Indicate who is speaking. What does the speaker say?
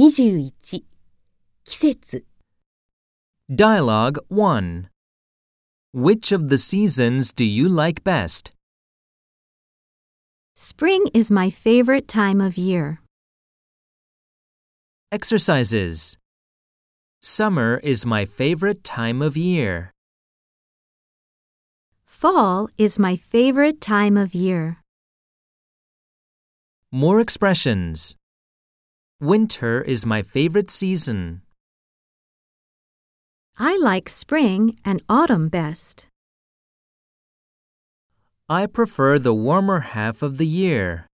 Speaker 1: 21季節
Speaker 2: Dialogue 1 Which of the seasons do you like best?
Speaker 3: Spring is my favorite time of year.
Speaker 2: Exercises Summer is my favorite time of year.
Speaker 3: Fall is my favorite time of year.
Speaker 2: More expressions Winter is my favorite season.
Speaker 3: I like spring and autumn best.
Speaker 2: I prefer the warmer half of the year.